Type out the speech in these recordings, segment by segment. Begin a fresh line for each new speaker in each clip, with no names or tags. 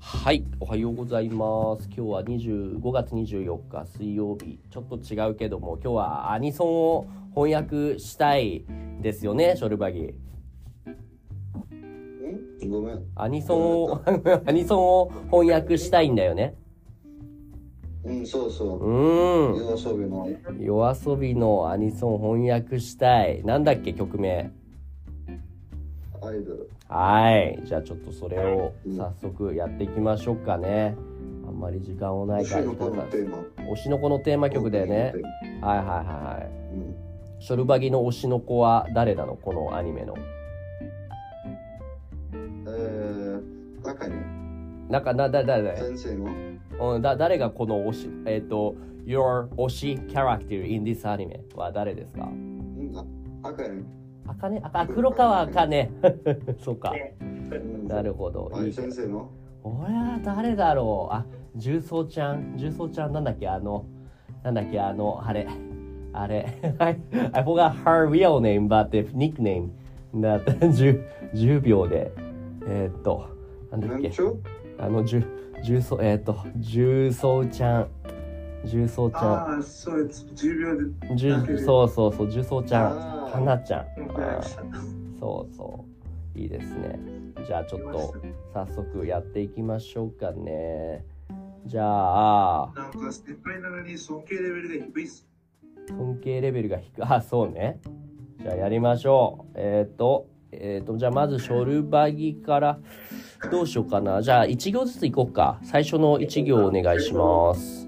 はい、おはようございます。今日は25月24日水曜日。ちょっと違うけども、今日はアニソンを翻訳したいですよね、ショルバギ。
んごめん。
アニソンを、 アニソンを翻訳したいんだよね。
うん、そうそうう。
ーん。
夜遊びの。
夜遊びのアニソン翻訳したい。なんだっけ、曲名。
アイドル。
はい。じゃあちょっとそれを早速やっていきましょうかね。あんまり時間をない
推
から。
しの子のテーマ。
推しの子のテーマ曲だよね。はいはいはいはい。
うん。
ショルバギの推しの子は誰なのこのアニメの。
えー、中に、
なんか、な、だ、だ、だ、
先生の
うん、だ、誰がこの推し、えっ、と、your 推し character in this アニメは誰ですか
うん、あ、赤に。
あかね、あか、黒川あかね。 そうか。
うん
なるほど。
はいい、
い
先生の
俺は誰だろうあ、重曹ちゃん。重曹ちゃんなんだっけあの、なんだっけあの、あれ。あれ。I, I forgot her real name, but the nickname. だった10、10秒で。えっ、と、なんだっけ
何丁
あの、じゅ、重曹、えっ、と、重曹ちゃん。重曹ちゃ
ああ、そうです。10秒で。
ん。じゅ
あー
そうそうそう、重曹ちゃん。
あー
かなちゃん。あ
わかりま
ー
した
そうそう。いいですね。じゃあ、ちょっと、早速やっていきましょうかね。じゃあ、
なんか先輩なのに尊敬レベルが低いっす。
尊敬レベルが低い。あ、そうね。じゃあ、やりましょう。えっ、と、えっ、と、じゃあ、まず、ショルバギから、どうしようかな。じゃあ、1行ずついこうか。最初の1行お願いします。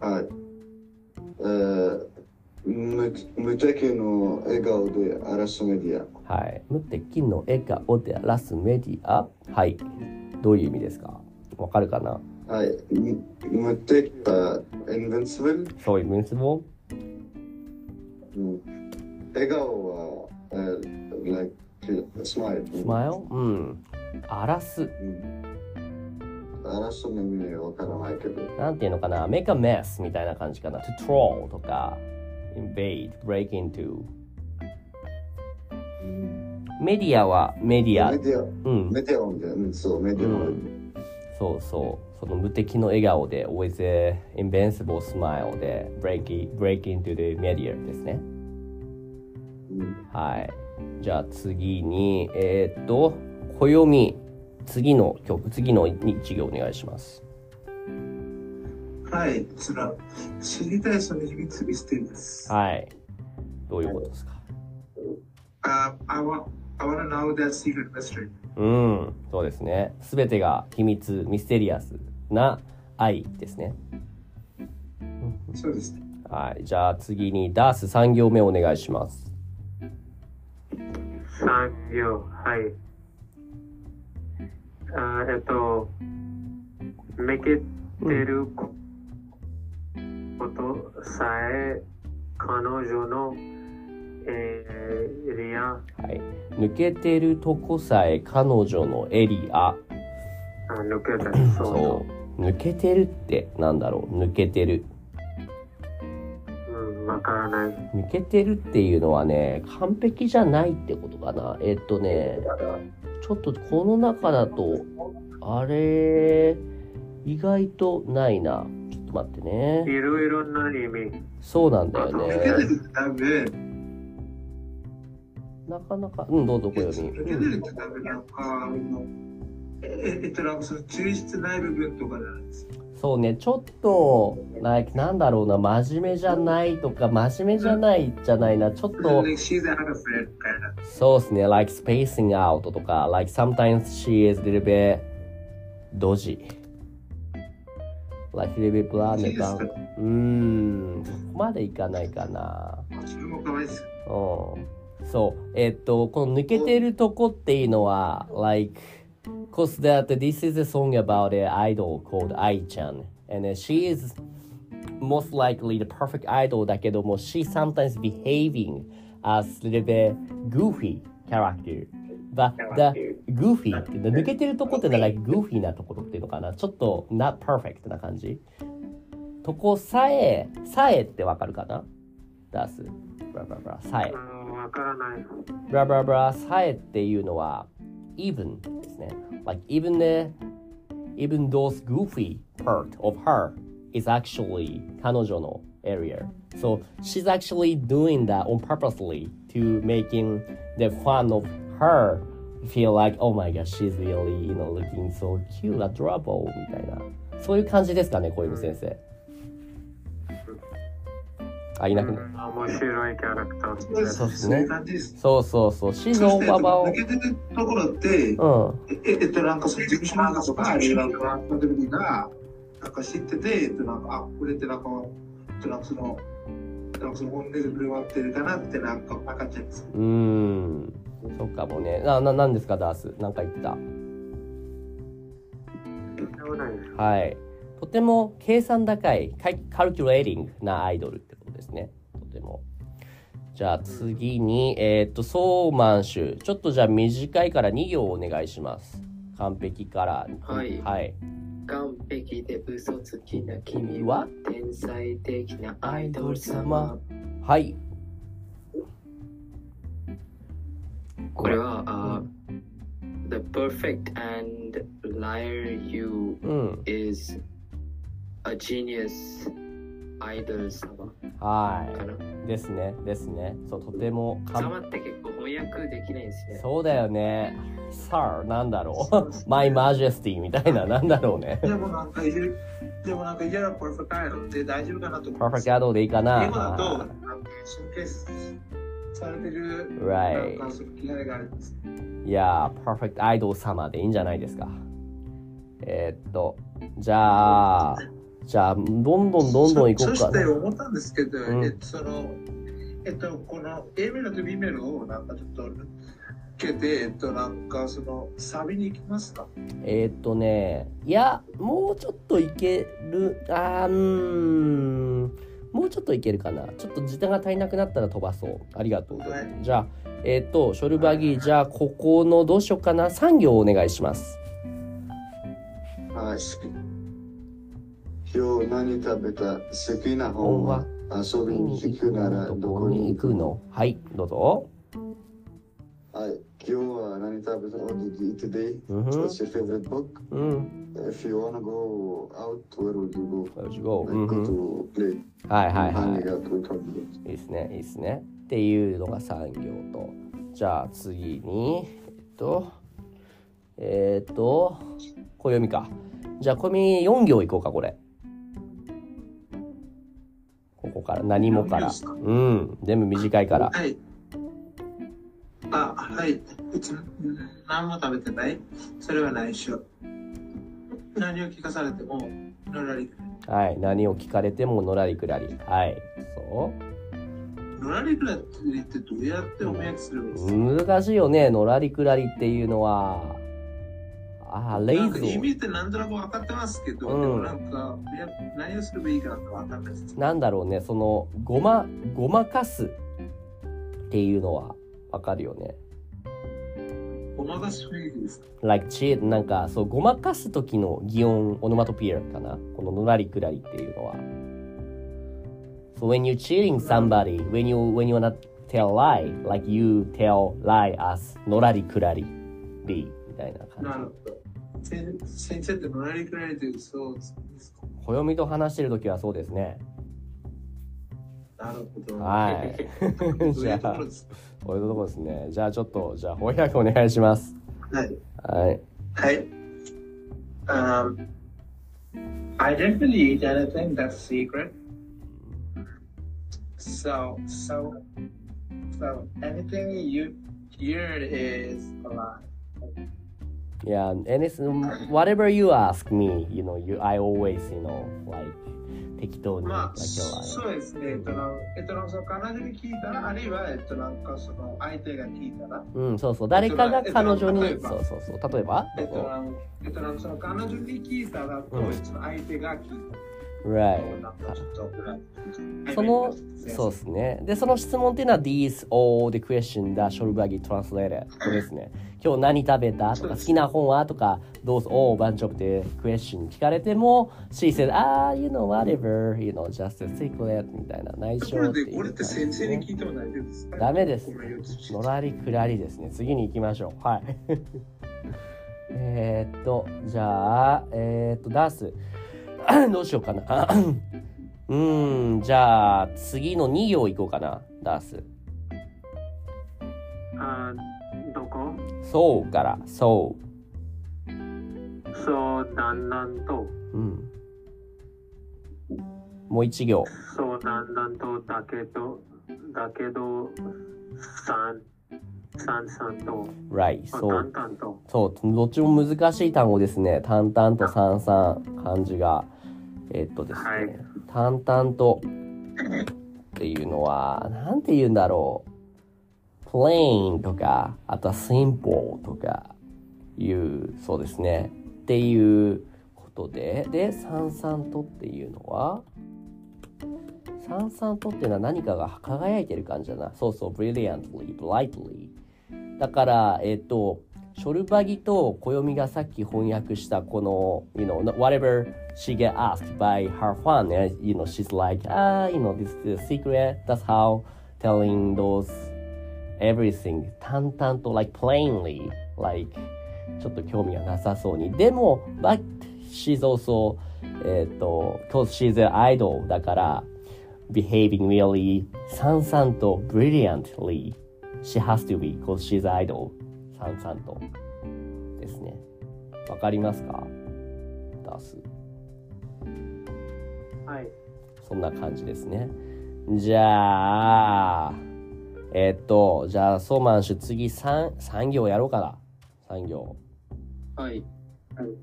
はい。えー、無無敵の笑顔でアラスメディア。
はい。無敵の笑顔でラスメディア。はい。どういう意味ですかわかるかな
はい。む無敵、あ、インヴィンシブル
そういうムンスボン
うん笑顔は、えー、like, smile.
スマイルうん。荒らす。
うん。アラスの意味はわからないけど。
なんていうのかな ?make a mess みたいな感じかな。to troll とか、invade, break into。メディアはメディア
メ。ディア、
うん。
メディア音で、うん、そう、メディア音で。
そうそう。その無敵の笑顔で、with a invincible smile で、break, break into the media ですね。
うん
はい。じゃあ次に、えーっと、暦。次の曲、次の一行お願いします。
はい、こちら。知りたい人に秘密ミステリーです。
はい。どういうことですか
あ、I want, I want to know that secret mystery.
うん、そうですね。すべてが秘密、ミステリアスな愛ですね。
そうですね。
はい。じゃあ次に、ダース3行目お願いします。
産業、はい。あーえっと、めけてることさえ、彼女の、えー、リア、あ
はい。抜けてるとこさえ彼女のエリア。
抜けた。そ
そう。抜けてるってなんだろう抜けてる。
う。うん、わからない。
抜けてるっていうのはね完璧じゃないってことかなえっとねちょっとこの中だとあれ意外とないなちょっと待って
い
ね
ろいろな意味。
そうなんだよ
抜けて
ね
るってダメ。
なかなかうんどうぞこよみ
抜けてるってダメ。なんか、あのええっと、なんかその注意してない部分とかじゃないです。
そうねちょっと like なんだろうな真面目じゃないとか真面目じゃないじゃないなちょっと
Like, she's out of it, kind of.
そうですね like spacing out とか like sometimes she is a little bit dodgy like a little bit blah blah
いいです
blah
か
うーん、ここまでいかないかな。
自分も可愛いです。
うん。そう。えっと、この抜けてるとこっていうのは、like, cause that this is a song about an idol called Ai chan. And then she is most likely the perfect idol だけども、she sometimes behaving as a little bit goofy character. But the goofy っていうの抜けてるとこっていうのは like goofy なところっていうのかな。ちょっと not perfect な感じ。とこさえ、さえってわかるかな出す。ブラブラブラ、さえ
う。んわからない。
ブラブラブラ、さえっていうのは、even ですね。like even the even those goofy part of her is actually 彼女の area. So she's actually doing that on purposely to making the fan of her feel like, oh my gosh, she's really, you know, looking so cute, adorable みたいな。そういう感じですかね、小指先生。あ、いなくな
面白いキャラクターです
そうです
そうい
ね
う。感じです。
そうそうそう。シ
そ
の
して、えっ
バ
と
バを。
抜けてるところって、
うん。
ええっと、なんかその事務所なんかとか、
うん
なんかあった時が、なんか知ってて、えっと、なんか、あ、これってなんか、えっと、なんかその、なんかその本音で振る舞ってるかなって、なんか分かっちゃいます。
うーん。そっかもね。な、な、なんですか、ダース。なんか言った。はい。とても計算高い、カイカルキュレーティングなアイドルってことですね。とても。じゃあ次に、えーっと、ソーマンシュ。ちょっとじゃあ短いから2行お願いします。完璧から。
はい
はい。
完璧で嘘つきな君は天才的なアイドル様
はい。
これは、あー The perfect and liar you
うん。
is a genius アイドル様
は
かな。
い。ですね。ですね。そう、とても完
様って結構翻訳できないですね。
そうだよね。さあ、なんだろ
そう
う
で。すね
マイマジェスティみたいな、なんだろうね。
でもなんか、いるでもなんか、嫌なパーフェクトアイドルって大丈夫かなと思い
パーフェ
ます
ク。トドでいいか
今だと、な
な。
んか、尊敬されてる、なん
Right.
か、その気概があるんです。
いやー、パーフェクトアイドル様でいいんじゃないですか。えーっと、じゃあ、じゃあ、どんどんどんどん行こう
そ
か
そして
な。
思ったんですけど、
うん
えっと、その、えっと、この A メロと B メロをなんかちょっと抜けて、えっと、なんかその、サビに行きますか
えーっとね、いや、もうちょっといける、あーうーん、もうちょっといけるかな。ちょっと時間が足りなくなったら飛ばそう。ありがとう。
はい
じゃあ、えーっと、ショルバギー、じゃあ、ここのどうしようかな。3行お願いします。
はい。今日何食べた好きな本は遊びに行くならどこに行くの
はい、どうぞ。
はい。今日は何食べた What did you eat today?
うんふん
What's your favorite book?
うん。
If you wanna go out, where would you go?
Where would you go? うん
Like
ふ
go
ん
to play.
はいはいは
Hang
い。
out with
い
friends.
いですね、いいですね。っていうのが3行と。じゃあ次に、えっと、えっと、小読みか。じゃあ小読み4行いこうか、これ。ここから、何もから。
四行
うん、全部短いから。
はい。あ、はい。いつもうん何も食べてないそれは内緒。何を聞かされても、のらりくら
はい、何を聞かれてものらりくらり。はい、そう。
り。のらりくらりってどうやってお訳するんですか
難しいよね、のらりくらりっていうのは。あー、レ
な
イ
んか
ズ
意
を
味ってなんとなく分かってますけど、
うん
でもなんか、いや何をすればいいかなんて分かんないです。
なんだろうね、その、ごま、ごまかすっていうのはわかるよね。
ごまかし雰囲気です。
like cheat なんか、そう、ごまかす時の擬音、オノマトピアかな。こののらりくらりっていうのは。So when you're cheating somebody, when you, when you wanna tell lie, like you tell lie as のらりくらり B みたいな
な
感
る
じ。
ほど。先先生ってのらりくらりというそうですか。
暦と話してる時はそうですね。
なるほど。
はい。
そういうところです。
そういうとこですね。じゃあちょっと、じゃあ翻訳お願いします。
はい。
はい。
はい。Um, I didn't really eat anything that's secret. So, so, so anything you hear is a lie.
Yeah, and it's whatever you ask me, you know, you I always, you know, like 適当に、
まあ、
like you're
そうですね。えっと、なんえっと、なんその彼女に聞いたら、あるいは、えっと、なんかその相手が聞いたら、
うん、そうそう、誰かが彼女
えっ
に、
と
そうそうそう、例えば、
ベトナム、ベトナムその彼女に聞いたらと、
うん
その相手が聞いたら、
right.
なんかちょっとぐらい。
その、そうですね。で、その質問っていうのは、these all the question that Shorubagi translated そうですね。今日何食べたとか、好きな本はとか、those all bunch of the question 聞かれても、she said, ah, you know, whatever, you know, just a secret みたいな、内
とこ
緒
ろ
って
で、
いう
これって先生に聞いても大丈夫ですか
ダメです
ごめんよ
のらりくらりですね。次に行きましょう。はい。 えーっと、じゃあ、えーっと、出す。 どうしようかな。 うーん、じゃあ、次の2行いこうかな。出す。
あどこ
そうから、そ
相談と
う。うん。もう1行。
相談とだけどだけどさんさんさんと
right,
あ
そ
た。
うん
たんと
そう、どっちも難しい単語ですね。淡々と三々漢字が。えっとですね、
はい
淡々とっていうのは、なんて言うんだろう。plain とか、あとは simple とかいう、そうですね。っていうことで、で、三々とっていうのは、三々とっていうのは何かが輝いてる感じだな。そうそう、brilliantly, brightly。だから、えっと、ショルバギと暦がさっき翻訳したこの、you know, whatever she get asked by her fan, eh, you know, she's like, ah, you know, this is a secret, that's how telling those everything 淡々と like plainly, like ちょっと興味がなさそうに。でも、but she's also, えっと、cause she's an idol だから、behaving really さんさんと brilliantly she has to be cause she's idol さんさんとですねわかりますか出す
はい
そんな感じですねじゃあえっとじゃあソーマンシュ次 3, 3行やろうかな3行
はい。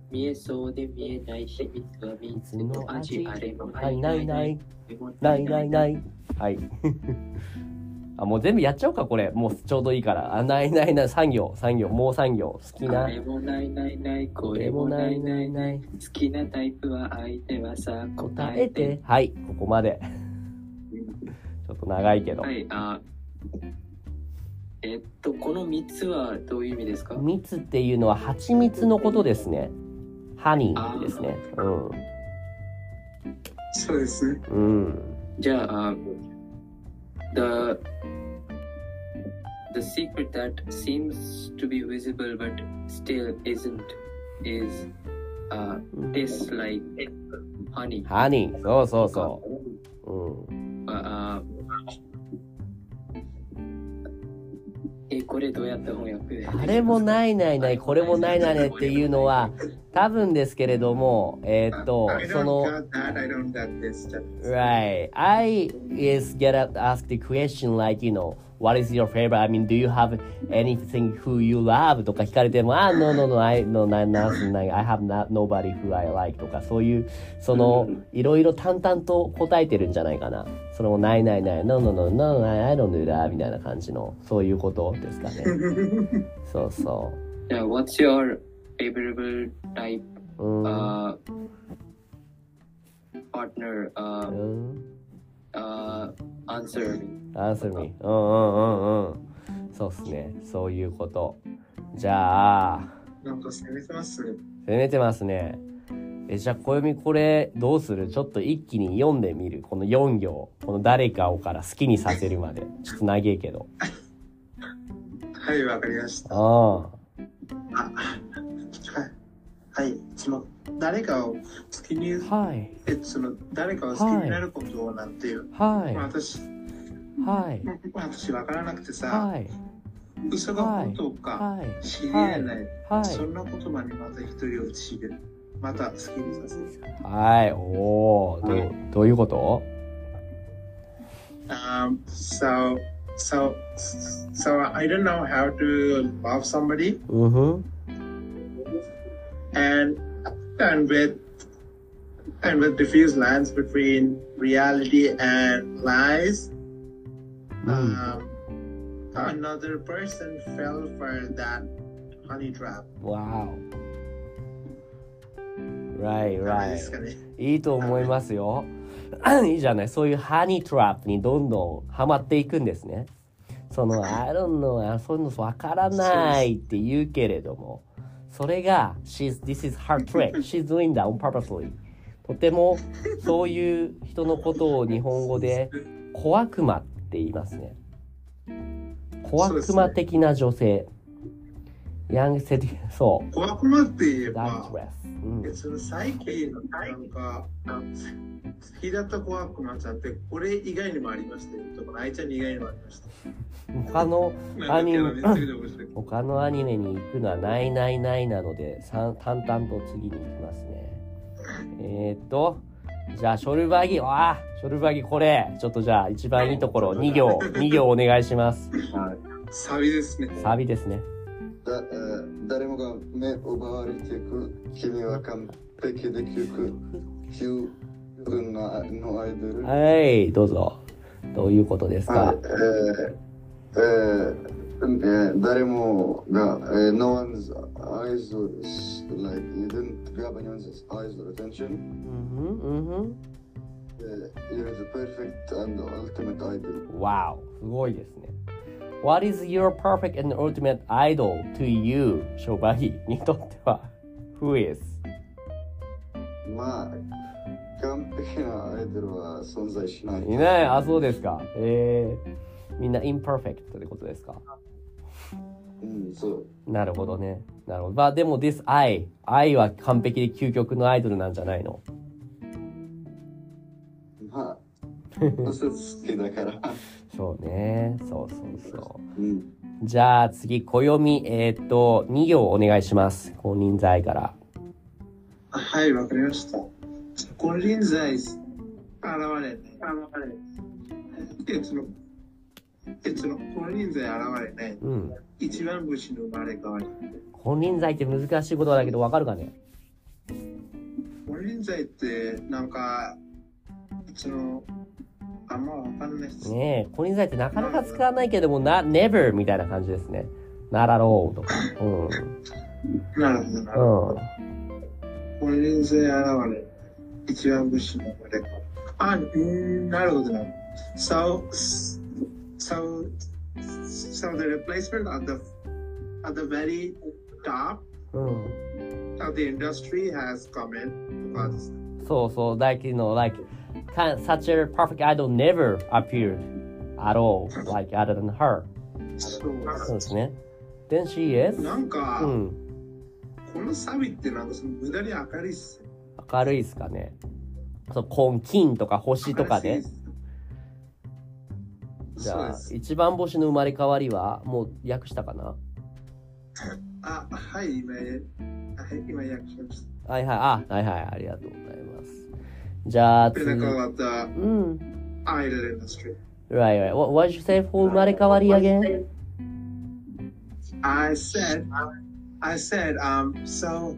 見えそうで見えない秘密は見つの味あれも
はいないないないないないはい あもう全部やっちゃおうかこれもうちょうどいいからあないないない3行3行もう3行好き
あ
な
れもないないないこれもないないない好きなタイプは相手はさ答えて
はいここまで ちょっと長いけど、
はいあえっとこの3つはどういう意味ですか
蜜っていうのは蜂蜜のことですねハニーですね
そうですね。
うんうん
じゃあ、the the secret that seems to be visible but still isn't is uh, tastes like honey.
ハニーそうそうそううん
Uh, え、これどうやって翻訳
あれも
い。
ないないないこれもないないないっていうのは多分ですけれどもえーっと
I
そ
don't
の
got that, I don't got this.
Right. I is get up, ask the question like, you know, what is your favorite? I mean, do you have anything who you love? とか聞かれても、あ、no, no, no, I, no, no, nothing, like, I have not, nobody who I like とか、そういう、その
う、
いろいろ淡々と答えてるんじゃないかな。それも、ないないない、no, no, no, no, I I don't do that みたいな感じの、そういうことですかね。そうそ
じゃあ、what's your favorable type、
う。うん。
uh, partner、uh,
うん
uh, answer me.
Answer me. うんうんうんうん。そうっすね。そういうこと。じゃあ、
なんか攻めてますね。
攻めてますね。え、じゃあ、暦これどうするちょっと一気に読んでみる。この4行。この誰かをから好きにさせるまで。ちょっと長えけど。
はい、わかりました。
あ
あはい、はい、その誰かを好きに、
あ。はい。
えその誰かを好きになることをなんていう、まあ、
は
私、
い。はい。
まあ私わからなくてさ、
はい。
嘘が本当か
はい。
知り得ない、そ
は
んな言葉にまた一人を仕入れる、また好きにさせる。
い。はい。おー。どうどういうこと
あ so, so, so I don't know how to love somebody
うんふん。
and and with and with diffuse lines between reality and lies.
うん
Um, another person fell for that honey trap.
Wow. Right,
ダメで
right.
すかね。
いいと思いますよ。 いいじゃない。そういうハニートラップにどんどんハマっていくんですね。その、I don't know, あそういうのわからないって言うけれども、それが、she's, this is her trick. She's doing that on purposely. とても、そういう人のことを日本語で、小悪魔って言いますね。小悪魔的な女性。ヤングセディ、そう。
小悪魔って言え
ダ
ば
ーク、レス。うん。
その最近のなんか平田小悪魔ちゃんってこれ以外にもありましたよとか愛ちゃんに以外にもありました
他の、
なんだっけなめっちゃくちゃ面白い
他のアニメに行くのはないないないなので、さん淡々と次に行きますね。えー、っと、じゃあ、ショルバギ、わあ、ショルバギこれ、ちょっとじゃあ、一番いいところ、2行、2行お願いします。
はい
サビですね
サビですね。
だえー誰もが目を奪われていく君は完璧で記憶9分ののアイドル
はい、どうぞ。どういうことですか
はい、えーえーうんえー誰もが、えー、No e, one's eyes or s- like you didn't grab anyone's eyes or attention、
うんふんうん
えー You're the perfect and ultimate idol
ふんわお、すごいですね。What is your perfect and ultimate idol to you, ショルバギにとっては ?Who is?
まあ完璧なアイドルは存在しない
いない、あ、そうですか。えー、みんな imperfect ってことですか
うんそう
なるほどね。なるほど。まあでも this 愛。愛は完璧で究極のアイドルなんじゃないの
まあ嘘つきだから
そうね。そうそうそう。
うん
じゃあ次、暦。えーっと、2行お願いします。公認罪から。
あはいわかりました金輪際現れ現れない鉄の鉄の金輪際現れない
うん。
一番星の生まれ変わり
金輪際って難しいことだけどわかるかね
金輪際ってなんかそのあんまわかんないです
ねえ、金輪際ってなかなか使わないけども、な、never みたいな感じですね。ならろうとか。
なるほどなるほど
うん。うん。
俺に現れ一番武士の俺あうーんなるほどなサウサウサウ the replacement at the at the very top
うん。
of the industry has come in とかですね
そうそう、like, you know, like, can, such a perfect idol never appeared at all, like, other than her. そう
そ
ですね。Then she is?
うなんか、
うん。
このサビってなんかその無駄に明るいっすね
明るいっすかね。そう、金、金とか星とか
明る
で
いっ。す
じ
そう
ゃ
で
あ、
す
一番星の生まれ変わりは、もう訳したかな
あはい今はい今役所です
はいはい、あ、はいはい、ありがとうございます。じゃあ、
背
次。
中はた
うん。
アイドルインダストリー
Right, right. What, what did you say for 生まれ変わり again?
I said, I said, um, so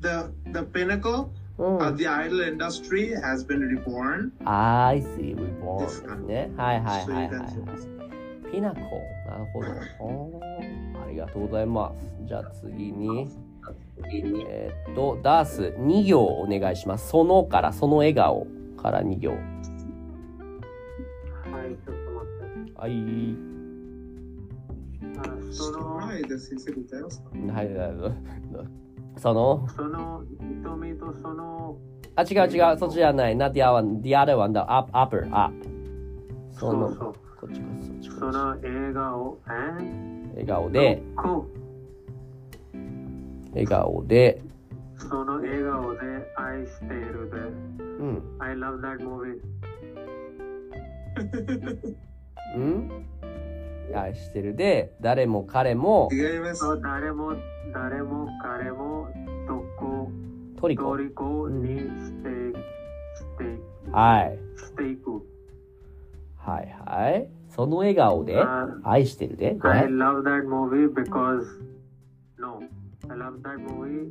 the the pinnacle
うん。
of the idol industry has been reborn.
I see,
で
reborn
す
で
か
すね。はいはい
そう
はいいうはい、は
感じです
い。ピナコ。なるほど。おーありがとうございます。じゃあ次に。えーっと、ダース、2行お願いします。そのから、その笑顔から2行。
はい、ちょっと待っ
はい。
て。あそ
Oh.
の、
はい、で先生答えますか。
はい、はい、はい。 その、
その瞳とその、
あ、違う違う、そっちじゃない。な、the other one, the other one, the up, upper, up. そ
そ
の、
うそう、
こっちか、そっち
そ
か。
の映画を、and
笑顔で、
こ
笑顔で、
その笑顔で愛しているで、
うん。
I love that movie。
うん愛してるで、誰も彼も、
違います。
そう誰も、誰も彼も、どこ、
トリ
ト
コ。
リコにして、して、
はい。
していく。
はいはい。その笑顔で、
Uh,
愛してるで、
I
ね。
love that movie because no, I love that movie.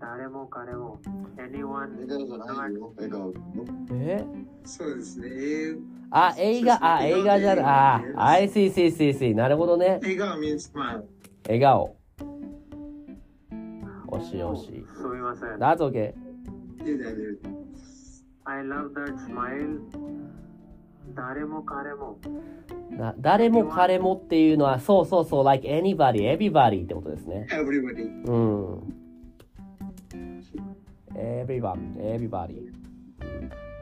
誰も彼も anyone
笑顔じゃないよ笑顔
え
そうですね。えー
あ、映画、あ、映画じゃない。あ、I see, see, see, see. なるほどね。
笑顔 means smile.
笑顔。惜しい惜しい。
すみません
That's okay.
Did I do it?
I love that smile 誰も彼も
な誰も彼もっていうのは、そうそうそう、like anybody, everybody ってことですね。
Everybody.
うん。everyone, everybody.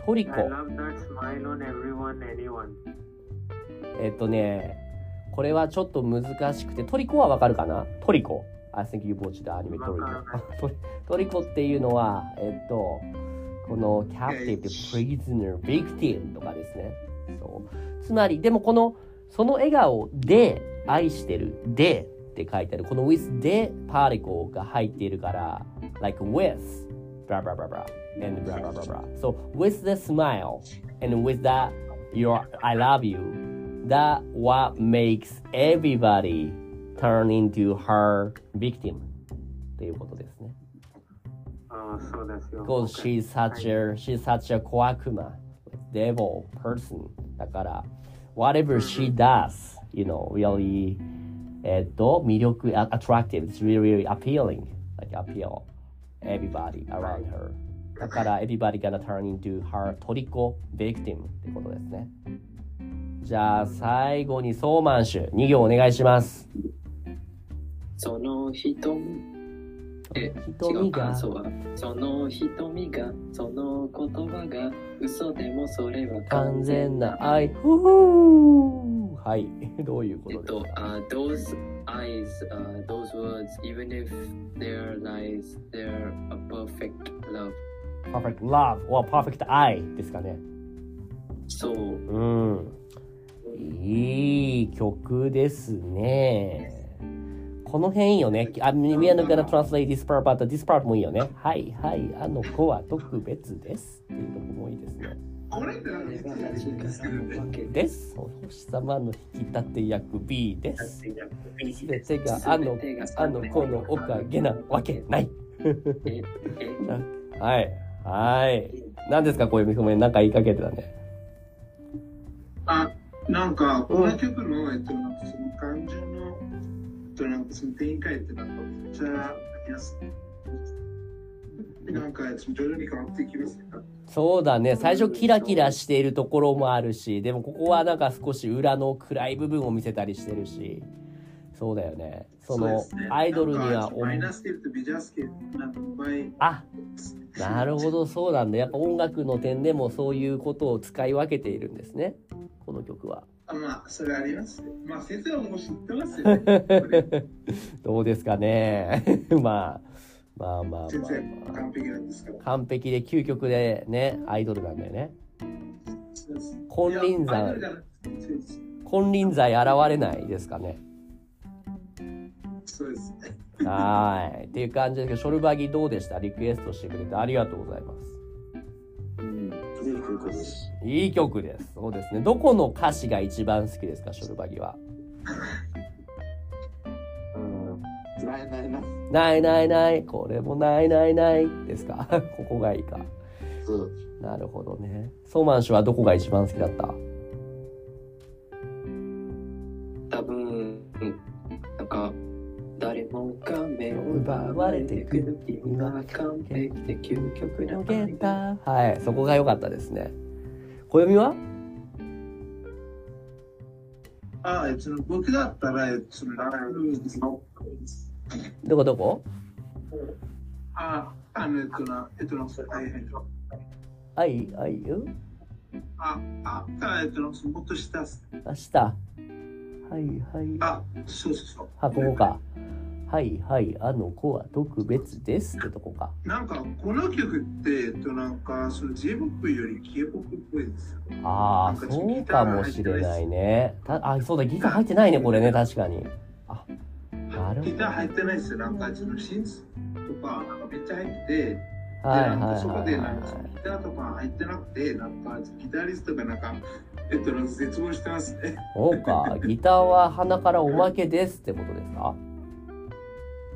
トリコ
I。love that smile on everyone anyone
えっとね、これはちょっと難しくて、トリコはわかるかなトリコ。I think you watched the anime トリ
わから
コ。トリトリコっていうのは、えっと、この captive って prisoner victim とかですね。そう。つまり、でもこの、その笑顔で愛してる、でって書いてある。この with で particle が入っているから、like with, blah blah blah blah, and blah blah blah blah. So with the smile and with that, your I love you. that what makes everybody turn into her victim っていうことですね。
あーそうですよ。
Because she's such a she's such a 小悪魔 devil person だから whatever she does you know really えっと魅力 attractive it's really really appealing like appeal everybody around her だから everybody gonna turn into her トリコ victim ってことですねじゃあ最後にソーマンシュ2行お願いします
その人え違
瞳
うか
が
そうはその瞳がその言葉が嘘でもそれは
完
完全
全な愛ふふーはい どういうこ
えっ
とです
と
か、
uh, those eyes, uh, those words, even if they're lies, they're a perfect love.
perfect love or perfect eye ですかね。
そう、
うん。いい曲ですね。この辺いいよね。あ、maybe I'm gonna translate this part, but this part もいいよね。はいはい、あの子は特別です。っていうとこもいいですね。
俺ってなんかいつもやってるんですけどね
です。お星様の引き立て役 B です。すべてがあの、あの子のおかげなわけない。
ええ
はい。はい。何ですか、こういうごめん、なんか言いかけてたね。
あ、なんか、この曲の、えっと、なんかその感情の、えっと、なんかその展開ってなんかめっちゃ、いやすなんか、徐々に変わっていきますね。
そうだね最初キラキラしているところもあるしでもここはなんか少し裏の暗い部分を見せたりしてるしそうだよねその
うですね
アイドルに
な
は
んか
お
マイナススケールとビジャースケール、なんか、倍。
あなるほどそうなんだやっぱ音楽の点でもそういうことを使い分けているんですねこの曲 は
あまあ、それありますね。まあ、先生はもう知ってますよ、ね。これ
どうですかね まあまあまあまあ
先生
ま、あ
完璧なんですから。
完璧で究極でねアイドルなんだよね
そうです
金輪
いやアイド
際
ルじゃなくてそうです
金輪際現れないですかね
そうです。
はーい。っていう感じですけど、ショルバギどうでしたリクエストしてくれてありがとうございます。
うん、いい曲です。
いい曲です。そうですね。どこの歌詞が一番好きですか、ショルバギは。
うん、ないないない。
ないないない、これもないないないですか。 ここがいいか。
そう。
なるほどね。ソーマン氏はどこが一番好きだった
多分なんか誰もが目を奪われてくる君は完璧で究極の
ゲ
愛
ッターはい、そこが良かったですね。暦は
ああ、えっと、僕だったら、えっと、そのライブの、
どこどこ
あ、あの、えっとな、えっとな、それ大変よ。
あい、あいよ。
あ、あ、あえっとな、そのもっと下っす。
明日。はいはい。
あ、そうそうそう。
あ、ここか。はいはい、あの子は特別ですってとこか。
なんか、この曲って、えっと、なんか、その J-POP より K-POP っぽいですよ。
ああ、そうかもしれないね。たあ、そうだ、ギター入ってないね、これね、確かに。あ、なるほど
ギター入ってないですよ。なんか、そのシンセとか、なんかめっちゃ入ってて、
はい
で
は
ないんかそこ
はい
でなんか
は
ギターとか入ってなくて、なんかギタリストがなんか、えっと、なんか絶望してますね
い。。そうか、ギターは鼻からおまけですってことですか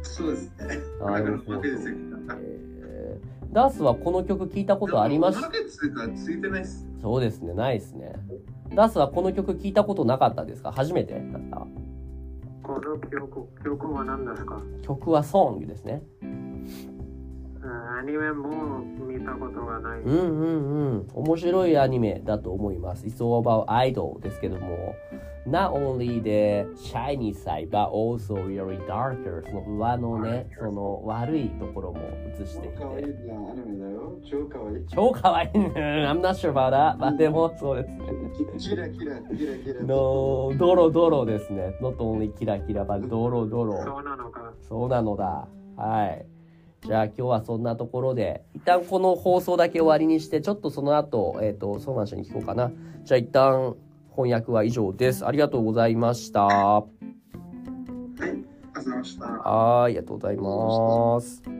そうですね。
な
だか
る
ら
ほど
負け。ですよ、ギター。
えーダースはこの曲聞いたことあります
でも負けつうかついてないっす。
そうですね、ないですね。ダースはこの曲聞いたことなかったですか初めてだった
この曲曲は何ですか
曲はソングですね。
えーアニメも見たことがない。
うんうんうん。面白いアニメだと思います。It's all about idol ですけども。Not only the shiny side, but also really darker. その上のね、その悪いところも映してい
可愛い
て。
なアニメだよ。超可愛い。
超可愛いね。I'm not sure about that. まあでも、そうです ね。
キラキラ、キラキラ。
の、ドロドロですね。Not only キラキラ、but ドロドロ。
そうなのか。
そうなのだ。はい。じゃあ今日はそんなところで、一旦この放送だけ終わりにして、ちょっとその後、えっ、と、ソーマン氏に聞こうかな。じゃあ一旦翻訳は以上です。ありがとうございました。は
はい、ありがとうございました。
ーい、ありがとうございます。